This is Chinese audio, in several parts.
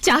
家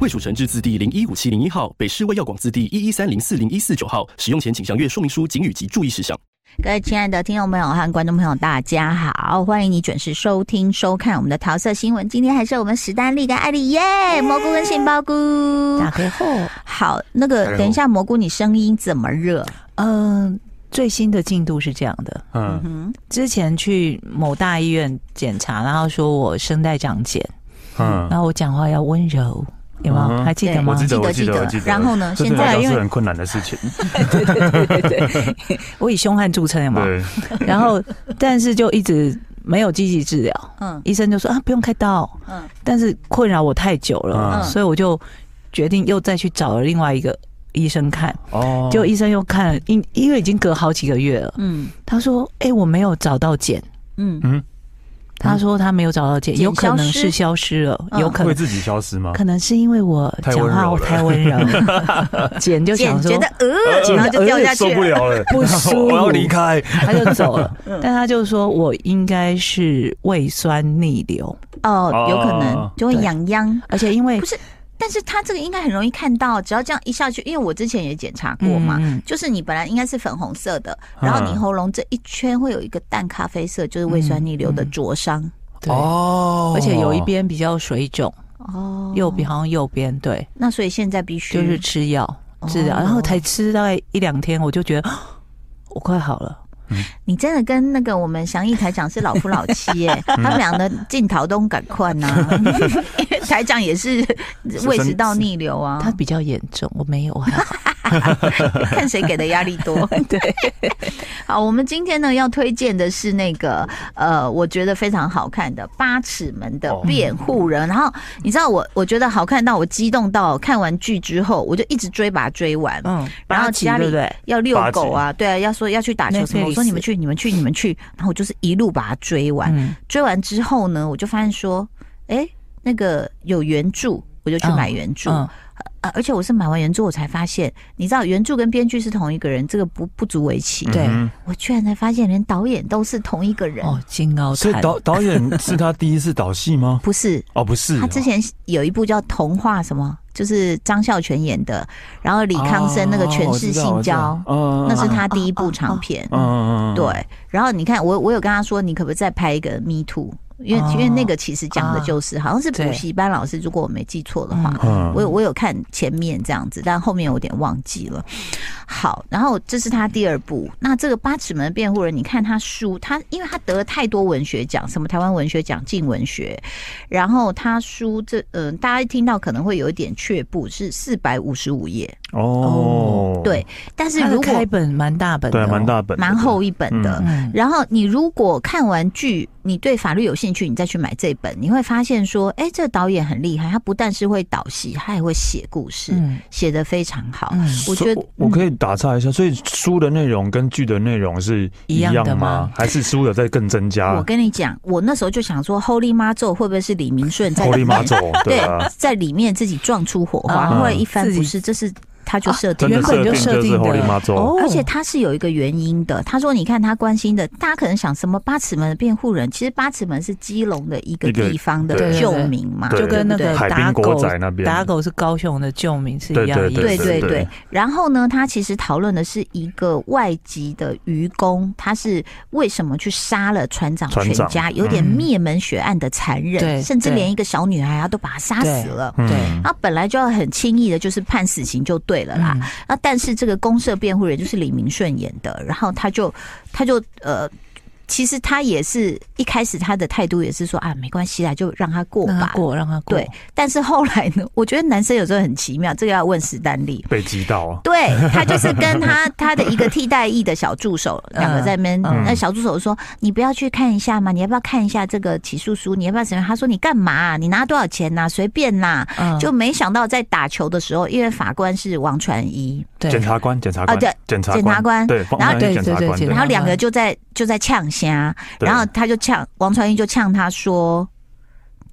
卫蜀成字字第零一五七零一号，北市卫药广字第一一三零四零一四九号。使用前请详阅说明书、警语及注意事项。各位亲爱的听众朋友和观众朋友，大家好！欢迎你准时收听、收看我们的桃色新闻。今天还是我们史丹利跟艾丽耶，蘑菇跟杏鲍菇。打开后，好，那打个开等一下，蘑菇，你声音怎么热？嗯、最新的进度是这样的：嗯，嗯之前去某大医院检查，然后说我声带长茧，嗯然后我讲话要温柔，有吗？嗯哼还记得吗？我记得，记得我记记得，得我记得。然后呢这现对我来在讲因为是很困难的事情。对对对对对，我以凶悍著称，有吗？对， 然后，但是就一直没有积极治疗，哼医生就说啊，不用开刀，嗯但是困扰我太久了，嗯所以我就决定又再去找了另外一个医生看，哦，就医生又看了，因因为已经隔好几个月了，嗯他说，哎、我没有找到茧。嗯嗯，他说他没有找到茧，茧有可能消失是消失了，嗯有可会能自己消失吗？可能是因为我太讲温话柔我了太温柔， 茧就姐想说觉得呃，剪然后就掉下呃受去不了。了了，不舒服我要离开。他就走了，嗯但他就说我应该是胃酸逆流，哦，有可能哦就会痒痒。而且因为不是但是它这个应该很容易看到，只要这样一下去，因为我之前也检查过嘛，嗯嗯就是你本来应该是粉红色的，然后你嗯喉咙这一圈会有一个淡咖啡色，就是胃酸逆流的灼伤。对，哦而且有一边比较水肿，哦，右边好像右边对，那所以现在必须就是吃药治疗，哦然后才吃大概一两天，我就觉得 我快好了，你真的跟那个我们祥义台长是老夫老妻 耶，他们俩的镜头都赶快呐，因为台长也是胃食道逆流啊，他比较严重，我没有，我 还好看谁给的压力 多。对， 好，我们今天呢要推荐的是那个呃，我觉得非常好看的《八尺门哦的辩护人》。然后你知道我，我觉得好看到我激动到看完剧之后，我就一直追把它追完。 嗯，然后八级家里对不对？要遛狗啊，对啊，要说要去打球什么， Netflix 我说你们去，你们去，你们去，然后我就是一路把它追完。嗯，追完之后呢，我就发现说，哎、那个有原著，我就去买原著。嗯呃，而且我是买完原著，我才发现，你知道原著跟编剧是同一个人，这个不不足为奇。对嗯我居然才发现，连导演都是同一个人，哦，金鳌哼所以潭，导导演是他第一次导戏吗？不是？哦，不是，他之前有一部叫《童话》，什么就是张孝全演的，然后李康生那个全是性交，哦，我那知是道我知道他第一哦部哦长片。嗯嗯嗯嗯，嗯对，然后你看，我我有跟他说，你可不可以再拍一个 Me Too？因为、因为那个其实讲的就是，好像是补对习班老师，如果我没记错的话，嗯我有我有看前面这样子，但后面有点忘记了。好，然后这是他第二部。那这个《八尺门的辩护人》，你看他书，他因为他得了太多文学奖，什么台湾文学奖、静文学，然后他书这嗯、呃，大家一听到可能会有一点却步，是四百五十五页。哦，对，但是他的如开果本蛮大本的对，哦，蛮大本的，蛮厚一本的，嗯，然后你如果看完剧，你对法律有兴趣，你再去买这本，你会发现说，哎，这个导演很厉害，他不但是会导戏，他也会写故事，嗯写得非常好。嗯我觉得所以我可以打岔一下，所以书的内容跟剧的内容是一样样的吗还是书有在更增我加？跟你讲，我那时候就想说，Holy 妈咒会不会是李明顺在狐狸马走，对 对啊，在里面自己撞出火花？嗯后来一翻自己啊不是，这是他就设定真的原好本的就。设设定定就是的， Holy Mazo 哦而且他是有一个原因的。他说：“你看他关心的，大家可能想什么八尺门的辩护人，其实八尺门是基隆的一个一个地方的对旧名嘛，对就跟那对不对个海打滨狗国仔那边打狗是高雄的救民是一样的意思。对对对对对。然后呢，他其实讨论的是一个外籍的渔工，他是为什么去杀了船长全船家，长有点灭门血案的残忍，对甚至对连一个小女孩他都把她杀死了。嗯对他本来就要很轻易的，就是判死刑就对了啦。嗯那、但是这个公社辩护人就是李明顺演的，然后他就他就呃，其实他也是一开始他的态度也是说啊，没关系啦，就让他过让他吧。过，让他过。对，但是后来呢， 我觉得男生有时候很奇妙，这个要问史丹利。被击到，啊对他就是跟他 他的一个替代役的小助手两个在那边，嗯那小助手说：“你不要去看一下吗？你要不要看一下这个起诉书？你要不要怎么样？”他说：“你干嘛、啊你拿多少钱呐、随便啦、嗯就没想到在打球的时候，因为法官是王传一，对检察官，检察官，啊对检察检察官对，方然后向是对检察对对官，检对然后两个就在就在呛虾，对然后他就呛王传一就呛他说，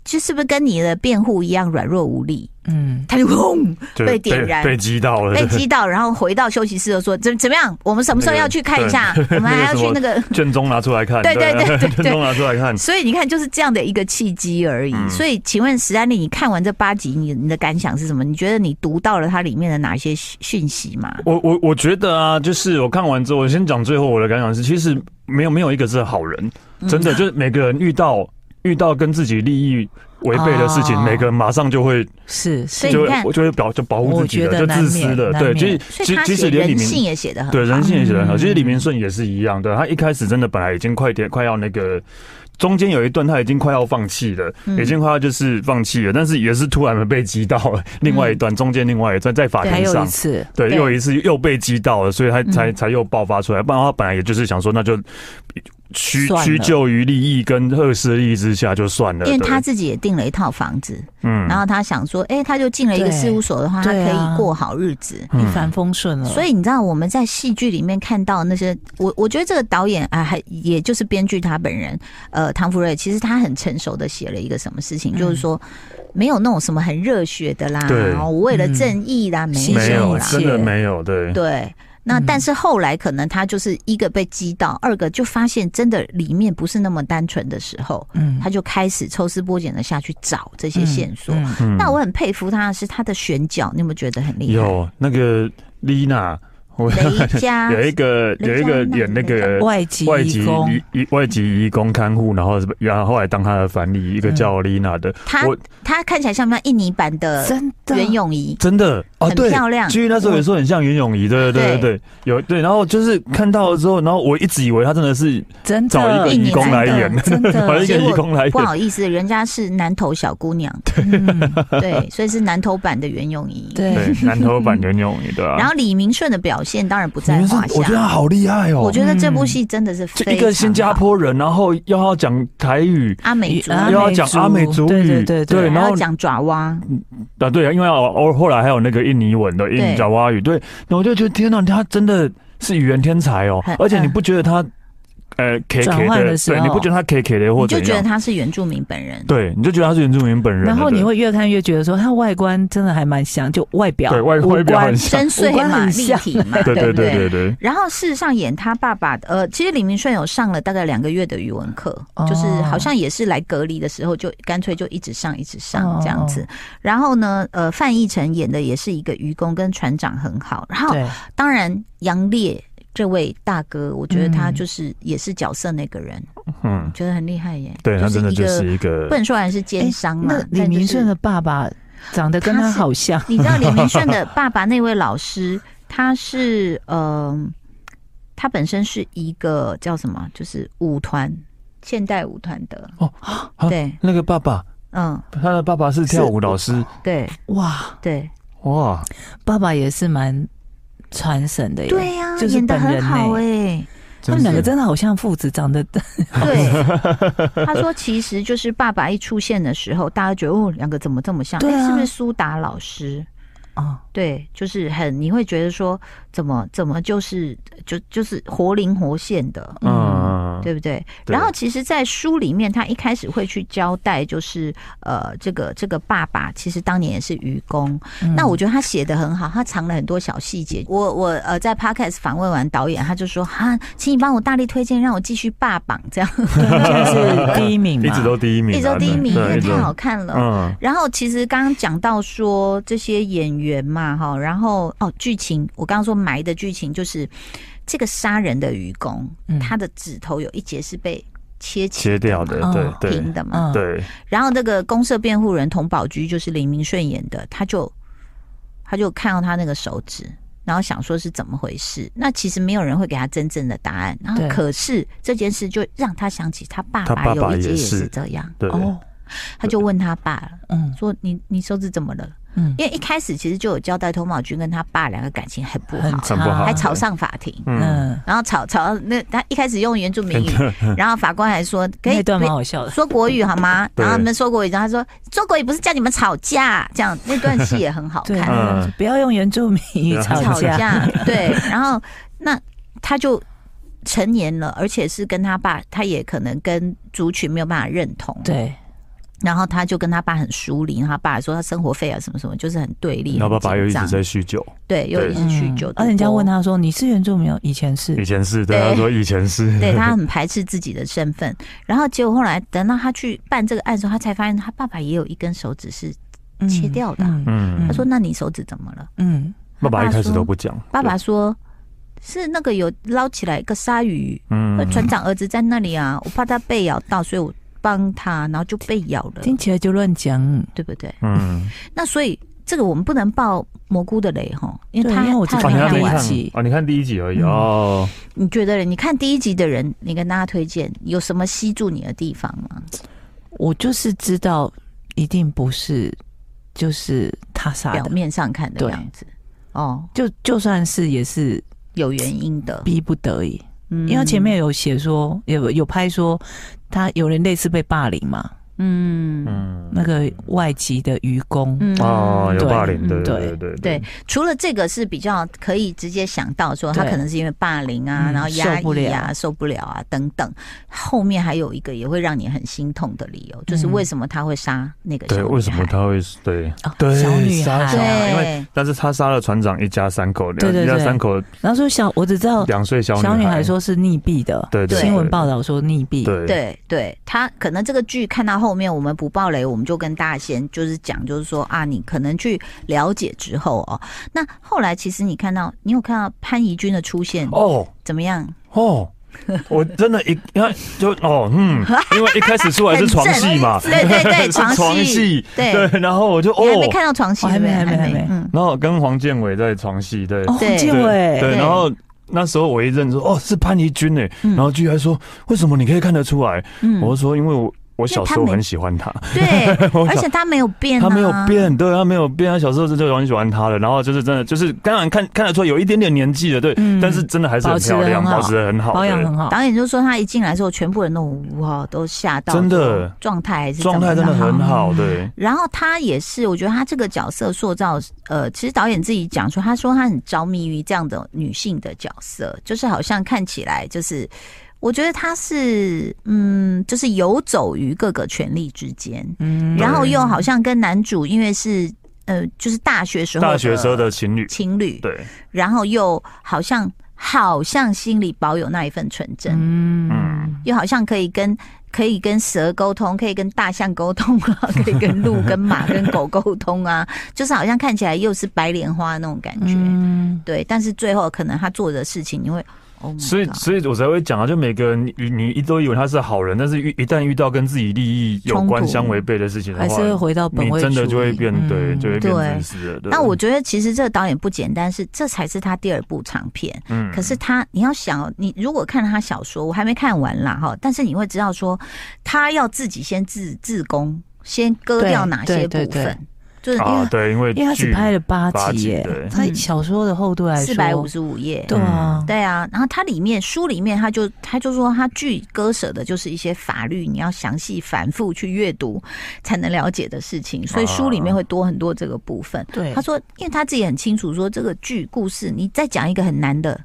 这是不是跟你的辩护一样软弱无力？嗯，他就轰就被点燃被击到了，被击倒，然后回到休息室就说怎怎么样？我们什么时候要去看一下？ 我们还要去那个。 卷宗拿出来看，对对对对对卷宗拿出来看， 所以你看，就是这样的一个契机而已。嗯所以，请问史丹利，你看完这八集，你你的感想是什么？你觉得你读到了它里面的哪些讯讯息吗？我我我觉得啊，就是我看完之后，我先讲最后我的感想是，其实没有没有一个是好人，嗯真的就是每个人遇到遇到跟自己利益违背的事情，哦每个人马上就会是所是以就你看会就会保就保护自己我觉的，得就难自免私的，难对，免就是所以即他即写使连李人明性也写得很对人性也写得很好，嗯其实李明顺也是一样的，他一开始真的本来已经快点快要那个。中间有一段他已经快要放弃了，嗯已经快要就是放弃了，但是也是突然被击到了。另外一段中间另外一段在法还庭有上一，次，对，对又一次又被击到了，所以他才才又爆发出来。不然他本来也就是想说，那就屈算了屈就于利益跟恶势利益之下就算了。因为对他自己也订了一套房子，嗯然后他想说，哎、他就进了一个对事务所的话，他可对啊以过好日子。嗯一帆风顺了，所以你知道我们在戏剧里面看到那些，我我觉得这个导演啊，还也就是编剧他本人，呃，唐福瑞，其实他很成熟的写了一个什么事情，嗯就是说没有那种什么很热血的啦，对我为了正义啦，没嗯牺没牲有一啦，切真的没有对。对。那嗯但是后来可能他就是一个被击倒，二个就发现真的里面不是那么单纯的时候，嗯他就开始抽丝剥茧的下去找这些线索。嗯嗯嗯那我很佩服他的是他的选角，你有没有觉得很厉害？有那个丽娜，我 雷佳有一个有一个雷佳娜演那个外籍外义籍工，移移外籍移工看护，然后然后后来当他的翻译，一个叫丽娜的，嗯他我 他看起来像不像印尼版的真的袁咏仪？真的哦，很对，漂亮其实那时候也说很像袁咏仪，对对对对对对，有对，然后就是看到了之后，然后我一直以为他真的是真的找一个印尼义工来男的演，真的找一个呃结义果工来不演，好意思，人家是南投小姑 娘，嗯对，所以是南投版的袁咏仪。对啊对，，南投版袁咏仪对 吧？然后李明顺的表现当然不你在们是话我觉得他下。好厉害哦我，觉得这嗯部戏真的是非就常一个新加好坡人，然后又要讲台语，阿美族，阿又美要讲族阿美族对语，对对对然然后后讲爪哇，啊，对啊，因为偶后来还有那个印尼文的印尼对爪哇语，对，那我就觉得天哪，他真的是语言天才哦很，而且你嗯不觉得他呃 K 转 K 换的，的时对，你不候觉得他 K K 的你或就怎觉得样？他是原住民本人。对，你就觉得他是原住民本人了，啊然后对你会越看越觉得说他外观真的还蛮像，就外表对外五外表官很像深，邃五官嘛，很立像体嘛， 不对对对对对，然后事实上演他爸爸的，呃，其实李明顺有上了大概两个月的语文课，哦就是好像也是来隔离的时候就干脆就一直上一直上这样子。哦然后呢，呃，范逸臣演的也是一个愚公跟船长很好，然后对，当然杨烈。这位大哥，我觉得他嗯就是也是角色那个人，嗯，觉得很厉害耶。对就他是真的一就个是一哎个不能说然是奸商嘛那。但李就明是顺的爸爸长得跟他他是好像，你知道李明顺的爸爸那位老师，他是嗯、他本身是一个叫什么，就是舞团现代舞团的，啊对，那个爸爸，嗯，他的爸爸是跳舞老师，对哇，对哇，爸爸也是蛮传神的耶，对呀、就是演的本人很好哎、呢他们两个真的好像父子，长得对， 他说其实就是爸爸一出现的时候，大家觉得哦，两个怎么这么像？对啊哎是不是苏达老师？哦，对，就是很你会觉得说怎么怎么就是就就是活灵活现的，嗯，对不对？对然后其实，在书里面，他一开始会去交代，就是呃，这个这个爸爸其实当年也是愚公。嗯那我觉得他写的很好，他藏了很多小细节。我我呃，在 podcast 访问完导演，他就说哈，请你帮我大力推荐，让我继续霸榜，这样就是第一名嘛， 一直都第一名啊，一周第一名，对也一直都太好看了。嗯，然后其实刚刚讲到说这些演员嘛，哈，然后哦，剧情我刚刚说埋的剧情就是这个杀人的愚公，嗯他的指头有一节是被切起切掉的的，哦对平对的嘛。对，然后那个公社辩护人童宝驹就是林明顺演的，他就他就看到他那个手指，然后想说是怎么回事。那其实没有人会给他真正的答案。然后对可是这件事就让他想起他爸他爸爸有一节也也是是这样，对，嗯哦，他就问他爸了。嗯说你你手指怎么了？嗯因为一开始其实就有交代佟茂君跟他爸两个感情很不好很，很不好还吵上法庭。嗯，嗯，然后吵吵到那他一开始用原住民语，然后法官还说可以那段不蛮好笑的。说国语好吗？对然后他们说国语，然后他说说国语不是叫你们吵架，这样那段戏也很好对嗯看，嗯，不要用原住民语吵吵架。架对，然后那他就成年了，而且是跟他爸，他也可能跟族群没有办法认同，，对，然后他就跟他爸很疏离，然后他爸说他生活费啊什么什么，就是很对立，然后爸爸又很一紧直张在酗酒，对，又一直酗酒，赌而人家博问他说：“嗯哦你是原住民哦？”以前以是，前是对对他说以前 是，对他很排斥自己的身份，然后结果后来等到他去办这个案的时候，他才发现他爸爸也有一根手指是，嗯切掉的啊嗯他说：“那你手指怎么了嗯，爸爸一开始说都不讲，？”爸爸说：“是那个有捞起来一个鲨鱼，嗯呃船长儿子在那里啊，我怕他被咬到，所以我帮他，然后就被咬了，嗯听起来就乱讲。对不对？嗯，那所以这个我们不能爆蘑菇的雷哈，因为对他因为我他知哦，道还你没看看看第一完完。看集哦，你看第一集而已嗯哦，你觉得你看第一集的人，你跟大家推荐有什么吸住你的地方吗？我就是知道，一定不是，就是他杀表的，面上看的对样子，哦，就就算是也是有原因的，逼不得已，嗯因为前面有写说，有有拍说他有人类似被霸凌嘛，嗯嗯，那个外籍的愚公，嗯哦，有对霸凌，对嗯对对对对，除了这个是比较可以直接想到说他对可能是因为霸凌啊，嗯然后压受不抑啊、了受不了啊等等。后面还有一个也会让你很心痛的理由，就是为什么他会杀那个小对，女孩为什么他会对哦对小女杀孩，小孩因为对但是他杀了船长一家三口，对对一家对三口然后说小，我只知道两岁小小女孩，说是溺毙的，对对，新闻对报道说溺毙，哦对对对，他可能这个剧看到后面，我们不爆雷，我们就跟大家先就是讲，就是说啊，你可能去了解之后哦，那后来其实你看到，你有看到潘怡君的出现哦怎么样？哦。我真的一看就哦嗯，因为一开始出来是床戏嘛，很正对对对是床戏床戏，对对，然后我就哦你，还没看到床戏哦对不对？还没还没还没嗯，然后跟黄建伟在床戏，对，哦，对黄建伟，对对，对然后那时候我一认说哦是潘怡君诶，嗯然后居然说为什么你可以看得出来？嗯我就说因为我我小时候因为他没很喜欢他，对，我而小且他没有变、啊，他没有，变，对他没有变，他小时候真的很喜欢他的，然后就是真的就是当然看看得出来有一点点年纪了，对，嗯但是真的还是很保持得漂亮，很保好持的很好，保养很好，导演就说他一进来的时候，全部人都哇都吓到，真的说状态还是对状态怎真么的样很好，嗯对，然后他也是，我觉得他这个角色塑造，呃，其实导演自己讲说，他说他很着迷于这样的女性的角色，就是好像看起来就是，我觉得他是，嗯，就是游走于各个权力之间，嗯然后又好像跟男主因为是，呃，就是大学时候大学时候的情嗯侣，情侣，对，然后又好像好像心里保有那一份纯真，嗯嗯，又好像可以跟可以跟蛇沟通，可以跟大象沟通 啊，可以跟鹿、跟马、跟狗沟通啊，就是好像看起来又是白莲花那种感觉。嗯对，但是最后可能他做的事情，你会，Oh my 所以 God 所以我才会讲啊，就每个人你你一都以为他是好人，但是遇一旦遇到跟自己利益有冲突关相违背的事情的还是话，会回到本你位主义，真的就会变对，嗯就会变对自私呃了。对那我觉得其实这个导演不简单，是这才是他第二部长片。嗯可是他，你要想哦，你如果看了他小说，我还没看完啦哈，但是你会知道说，他要自己先自自宫，先割掉对哪些部对对哦分，就是因啊，为对，因为因为他只拍了八八集集对嗯耶，他小说的厚度来说，嗯四百五，十五页，对啊，对啊，然后它里面书里面他就他就说他据割舍的就是一些法律，你要详细反复去阅读才能了解的事情，所以书里面会多很多这个部分。对他说，因为他自己很清楚说这个剧故事，你再讲一个很难的，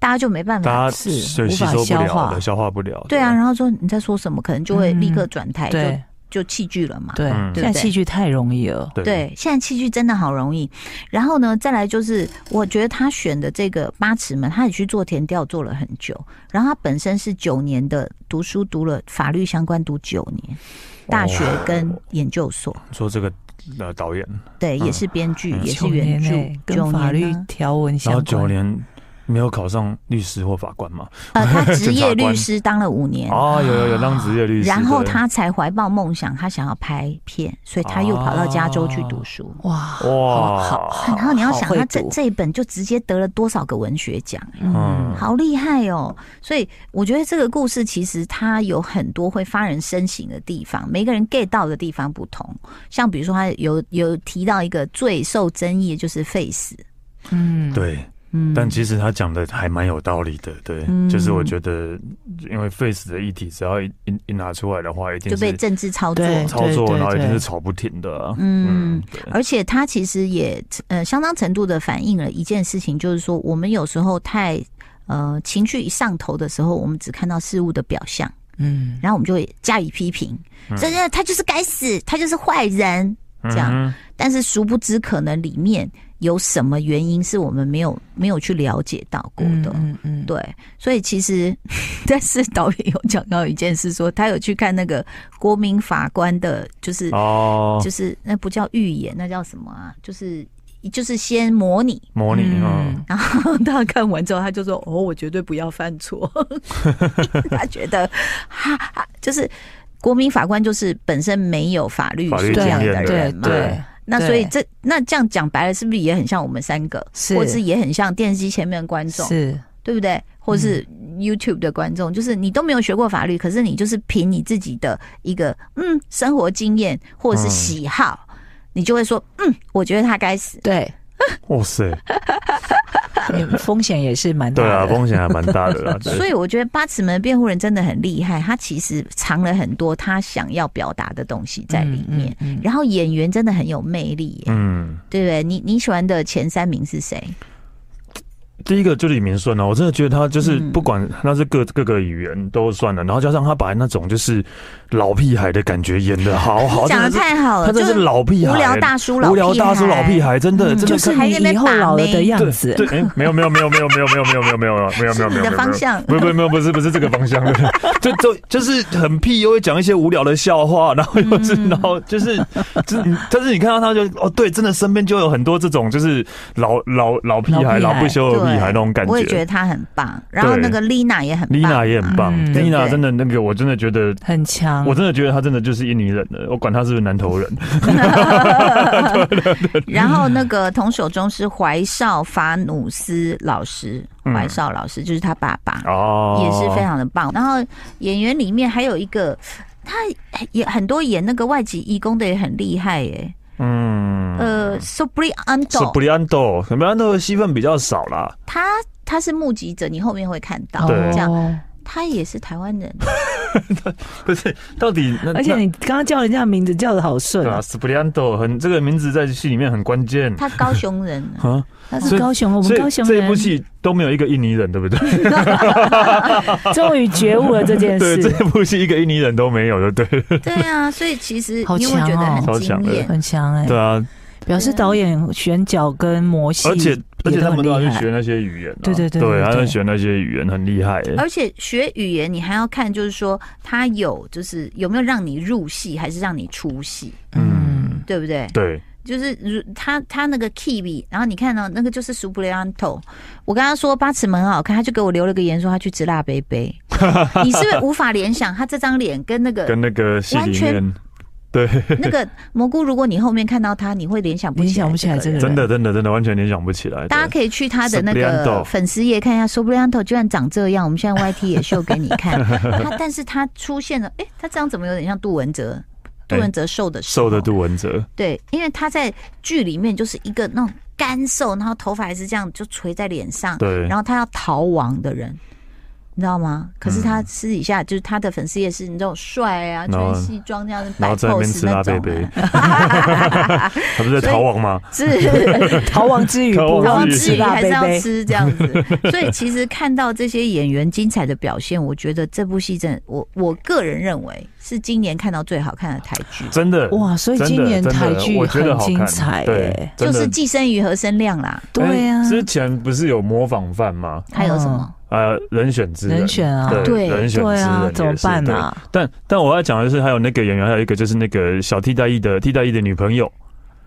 大家就没办法。大家是对无吸法收不消了化的，消化不了。对啊，，然后说你在说什么，可能就会立刻转台，对就就弃剧了嘛。对嗯，现在戏剧太容易了，对对，现在器具真的好容易。然后呢，再来就是，我觉得他选的这个八尺门，他也去做填调做了很久。然后他本身是九年的读书，读了法律相关读九年，大学跟研究所，说这个呃导演，对，嗯也是编剧，也是九年原欸著，跟法律啊条文然相后关，九年没有考上律师或法官嘛？呃， 他职检察业官律师当了五年，哦啊，有有有当职业律师，然后对他才怀抱梦想，他想要拍片，所以他又跑到加州去读书。哇哇好哦好，然后你要想，好会他这读这一本就直接得了多少个文学奖，哎嗯好厉害哦！所以我觉得这个故事其实它有很多会发人深省的地方，每个人 get 到的地方不同。像比如说，他有有提到一个最受争议的就是 face，嗯，对，嗯但其实他讲的还蛮有道理的，对，嗯就是我觉得，因为 Face 的议题，只要一一一拿出来的话，一定就是被政治操作。对操作，然后一定对是吵不停的啊、嗯对而且它其实也呃相当程度的反映了一件事情，就是说我们有时候太呃情绪一上头的时候，我们只看到事物的表象，嗯，然后我们就会加以批评，真的他就是该死，他就是坏人。这样嗯但是殊不知，可能里面有什么原因是我们没有没有去了解到过的。嗯嗯，对，所以其实， 但是导演有讲到一件事说他有去看那个国民法官的，就是哦，就是嗯那不叫预演，那叫什么啊？就是就是先模拟， 模拟嗯，然后他看完之后，他就说：“哦，我绝对不要犯错。” 他觉得，哈哈，就是国民法官就是本身没有法律法律素对啊养经验的的对人嘛。对，那所以对这那这样讲白了，是不是也很像我们三个，是或是也很像电视机前面的观众，是对不对？或是嗯 YouTube 的观众，就是你都没有学过法律，可是你就是凭你自己的一个嗯生活经验或者嗯是喜好，你就会说嗯，我觉得他该死。对， 哇塞，嗯你风险也是蛮大对啊，的。风险还蛮大的啦，对所以我觉得八尺门辩护人真的很厉害，他其实藏了很多他想要表达的东西在里面。嗯，嗯嗯然后演员真的很有魅力耶，嗯。对不对？你你喜欢的前三名是谁？第一个就李明顺啊，我真的觉得他就是嗯不管他是各各个语言都算了，然后加上他把那种就是老屁孩的感觉演的好好，你讲的真的是太好了，他真就的是老屁孩，无聊大叔老无聊大叔老屁，孩，真的嗯真的就是你以后老了的样子对，哎，没有没有没有没有没有没有没有没有没有没有没有没是有没你的有方向。不不不不是不是这个方向的， 就就就是很屁，又会讲一些无聊的笑话，然后又是、嗯然后就是，就是你但是你看到他就哦对，真的身边就有很多这种就是老老老屁老孩、屁孩老不休的屁对孩哦那种感我也觉得觉。他很棒，然后对那个丽娜也很棒，丽娜也很棒，嗯丽娜对嗯真的那个我真的觉得。很强。我真的觉得他真的就是印尼人了，我管他是不是南投人，嗯然后那个同手中是怀少法努斯老师，嗯怀少老师就是他爸爸，哦，也是非常的棒。然后演员里面还有一个，他也很多演那个外籍义工的也很厉害耶、嗯，呃，Sobri 是 Ando，布里安豆，布里安豆的戏份比较少啦，他他是目击者，你后面会看到，对这样哦他也是台湾人， 不是，到底那而且你刚刚叫人家名字叫的好顺对啊啊， ，Splianto 很这个名字在戏里面很关键。他高雄人啊啊，他所是以高雄，我所们以高雄这一部人戏都没有一个印尼人，对 不对？终于觉悟了这件 对，这事，一部戏一个印尼人都没有的， 对对啊，所以其实好你会觉得强哦很惊艳。很强 哎，对啊，表示导演选角跟模型，而且而且他们都要去也很厉害学那些语言啊，对对对对对，对他们学那些语言很厉害欸，而且学语言，你还要看，就是说他有，就是有没有让你入戏，还是让你出戏，嗯，对不对？对，就是如他他那个 Kiwi，然后你看到、哦那个就是 s u b r i a n t o 我跟他说八尺门很好看，他就给我留了个言说他去直辣杯杯， 你是不是无法联想他这张脸跟那个跟那个戏里完面，对，那个蘑菇？如果你后面看到他，你会联想不起来，联想不起来这个人真的真的真的完全联想不起来，大家对可以去他的那个 Sobrianto 粉丝页看一下 s o b r i a n t o 居然长这样。我们现在 YT 也秀给你 看，他但是他出现了，诶，他这样怎么有点像杜文泽？哎杜文泽瘦的哦时候瘦的杜文泽，对，因为他在剧里面就是一个那种干瘦，然后头发还是这样就垂在脸上，对然，后他要逃亡的人，你知道吗？可是他私底下、就是他的粉丝也是那种帅啊，嗯然后穿西装这样然摆后在那边 pose 吃辣那贝种贝的，，他不是在逃亡吗？ 是。逃亡之余，嗯逃亡不然后忘之余吃吃鱼辣还是贝要贝，吃这样子。所以其实看到这些演员精彩的表现，我觉得这部戏真的，我我个人认为是今年看到最好看的台剧，真的哇！所以真的今年真的台剧我觉得很好精看彩对耶，，真就的是《寄生鱼》和《声量》啦，对啊呀哎，之前不是有模仿犯吗？还有什么？呃，人选之人，人选啊对，对人选之人对啊也，是怎么办？对啊？但但我要讲的是，还有那个演员，还有一个就是那个小替代役的替代役的女朋友，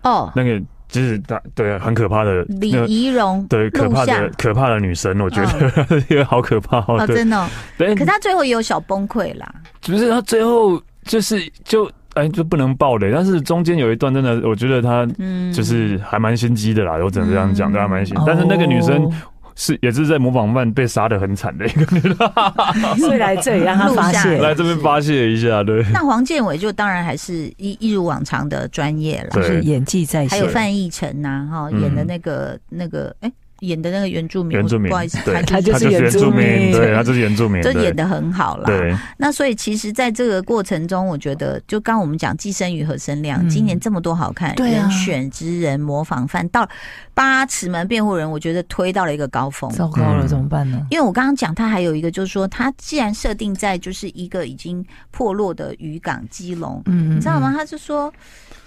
哦，那个就是大对很可怕的李那个仪容对可录怕像的可怕的女神，我觉 得也好可怕哦。哦，对真的哦，对，可他最后也有小崩溃啦。不是他最后就是就哎就不能爆雷，但是中间有一段真的，我觉得他嗯，就是还蛮心机的啦，我只能这样讲，嗯对，还蛮心。但是那个女生哦是也是在模仿犯被杀的很惨的一个女生，所哦以来这里让他发对泄录下，来这边发泄一下，对那黄建伟就当然还是一一如往常的专业啦，就是 对。演技在还有线。范逸臣呐，哈，嗯演的那个那个哎，演的那个原住民，原住民不好意思，对他他就就是她原住民对，她就是原住民，就对演的很好啦。对，那所以其实，在这个过程中，我觉得就刚我们讲《寄生与和生亮》嗯今年这么多好看，对啊人选之人、模仿犯，到八尺门辩护人，我觉得推到了一个高峰。糟糕了，嗯怎么办呢？因为我刚刚讲，它还有一个就是说，它既然设定在就是一个已经破落的渔港基隆，嗯，你知道吗？？他就说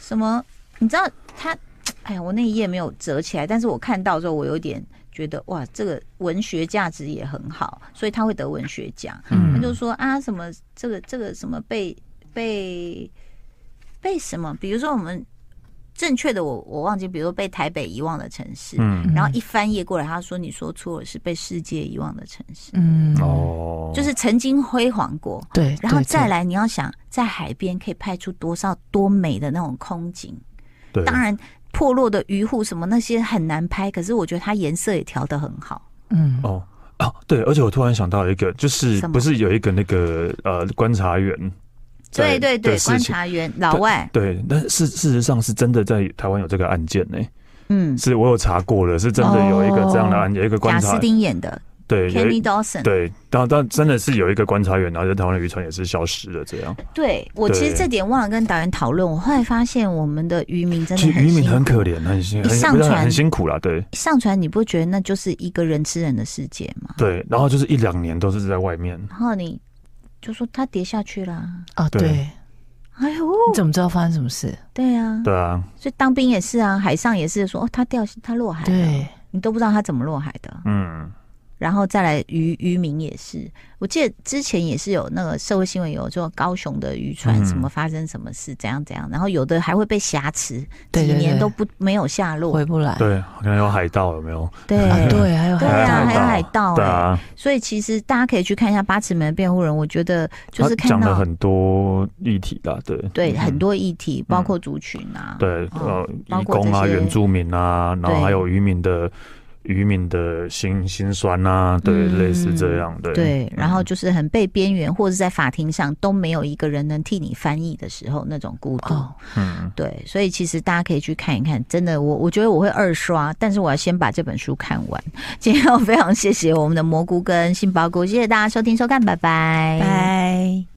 什么？你知道他？哎呀，我那一页没有折起来，但是我看到之后，我有点觉得哇，这个文学价值也很好，所以他会得文学奖。嗯他就说啊，什么这个这个什么被被被什么？比如说我们正确的我我忘记，比如说被台北遗忘的城市，嗯然后一翻页过来，他说你说错了，是被世界遗忘的城市，嗯，哦，哦，就是曾经辉煌过。对，然后对再，来，你要想在海边可以拍出多少多美的那种空景。对当然，破落的渔户什么那些很难拍，可是我觉得它颜色也调得很好。对嗯，哦啊，对，而且我突然想到一个，就是什么不是有一个那个呃观察员在？对对对，事观情察员老外，对，但事事实上是真的在台湾有这个案件呢、嗯，哦是我有查过了，是真的有一个这样的案件，有一个观贾察斯汀演的对有 Kenny 一 Dawson。对，但但真的是有一个观察员，然后在台湾的渔船也是消失了，这样对我其实对这点忘了跟导演讨论，我后来发现我们的渔民真的其实渔民辛苦很可怜，很辛一很上不是船很辛苦啦，对一上船你不觉得那就是一个人吃人的世界吗？对，然后就是一两年都是在外面，然后你就说他跌下去了，啊哦，对对，哎呦，你怎么知道发生什么事？对啊，对啊，所以当兵也是啊，海上也是说哦，他掉他落海了，对，你都不知道他怎么落海的。嗯，然后再来渔渔民也是，我记得之前也是有那个社会新闻有说高雄的渔船嗯什么发生什么事，怎样怎样，然后有的还会被挟持，对几对年对都不没有下落，回不来。对，可能有海盗有没有？对啊，对，还有对还有啊，海还有盗海盗、对哎啊，所以其实大家可以去看一下《八尺门的辩护人》，我觉得就是他看讲了到很多议题啦，对对嗯很多议题，包括族群啊，对哦呃，包移括工啊、这些原住民啊，然对后还有渔民的渔民的辛辛酸啊，对，嗯类似这样，对对嗯，然后就是很被边缘，或者在法庭上都没有一个人能替你翻译的时候，那种孤独。哦，嗯，对，所以其实大家可以去看一看，真的，我我觉得我会二刷，但是我要先把这本书看完。今天我非常谢谢我们的蘑菇跟杏鲍菇，谢谢大家收听收看，拜拜，拜。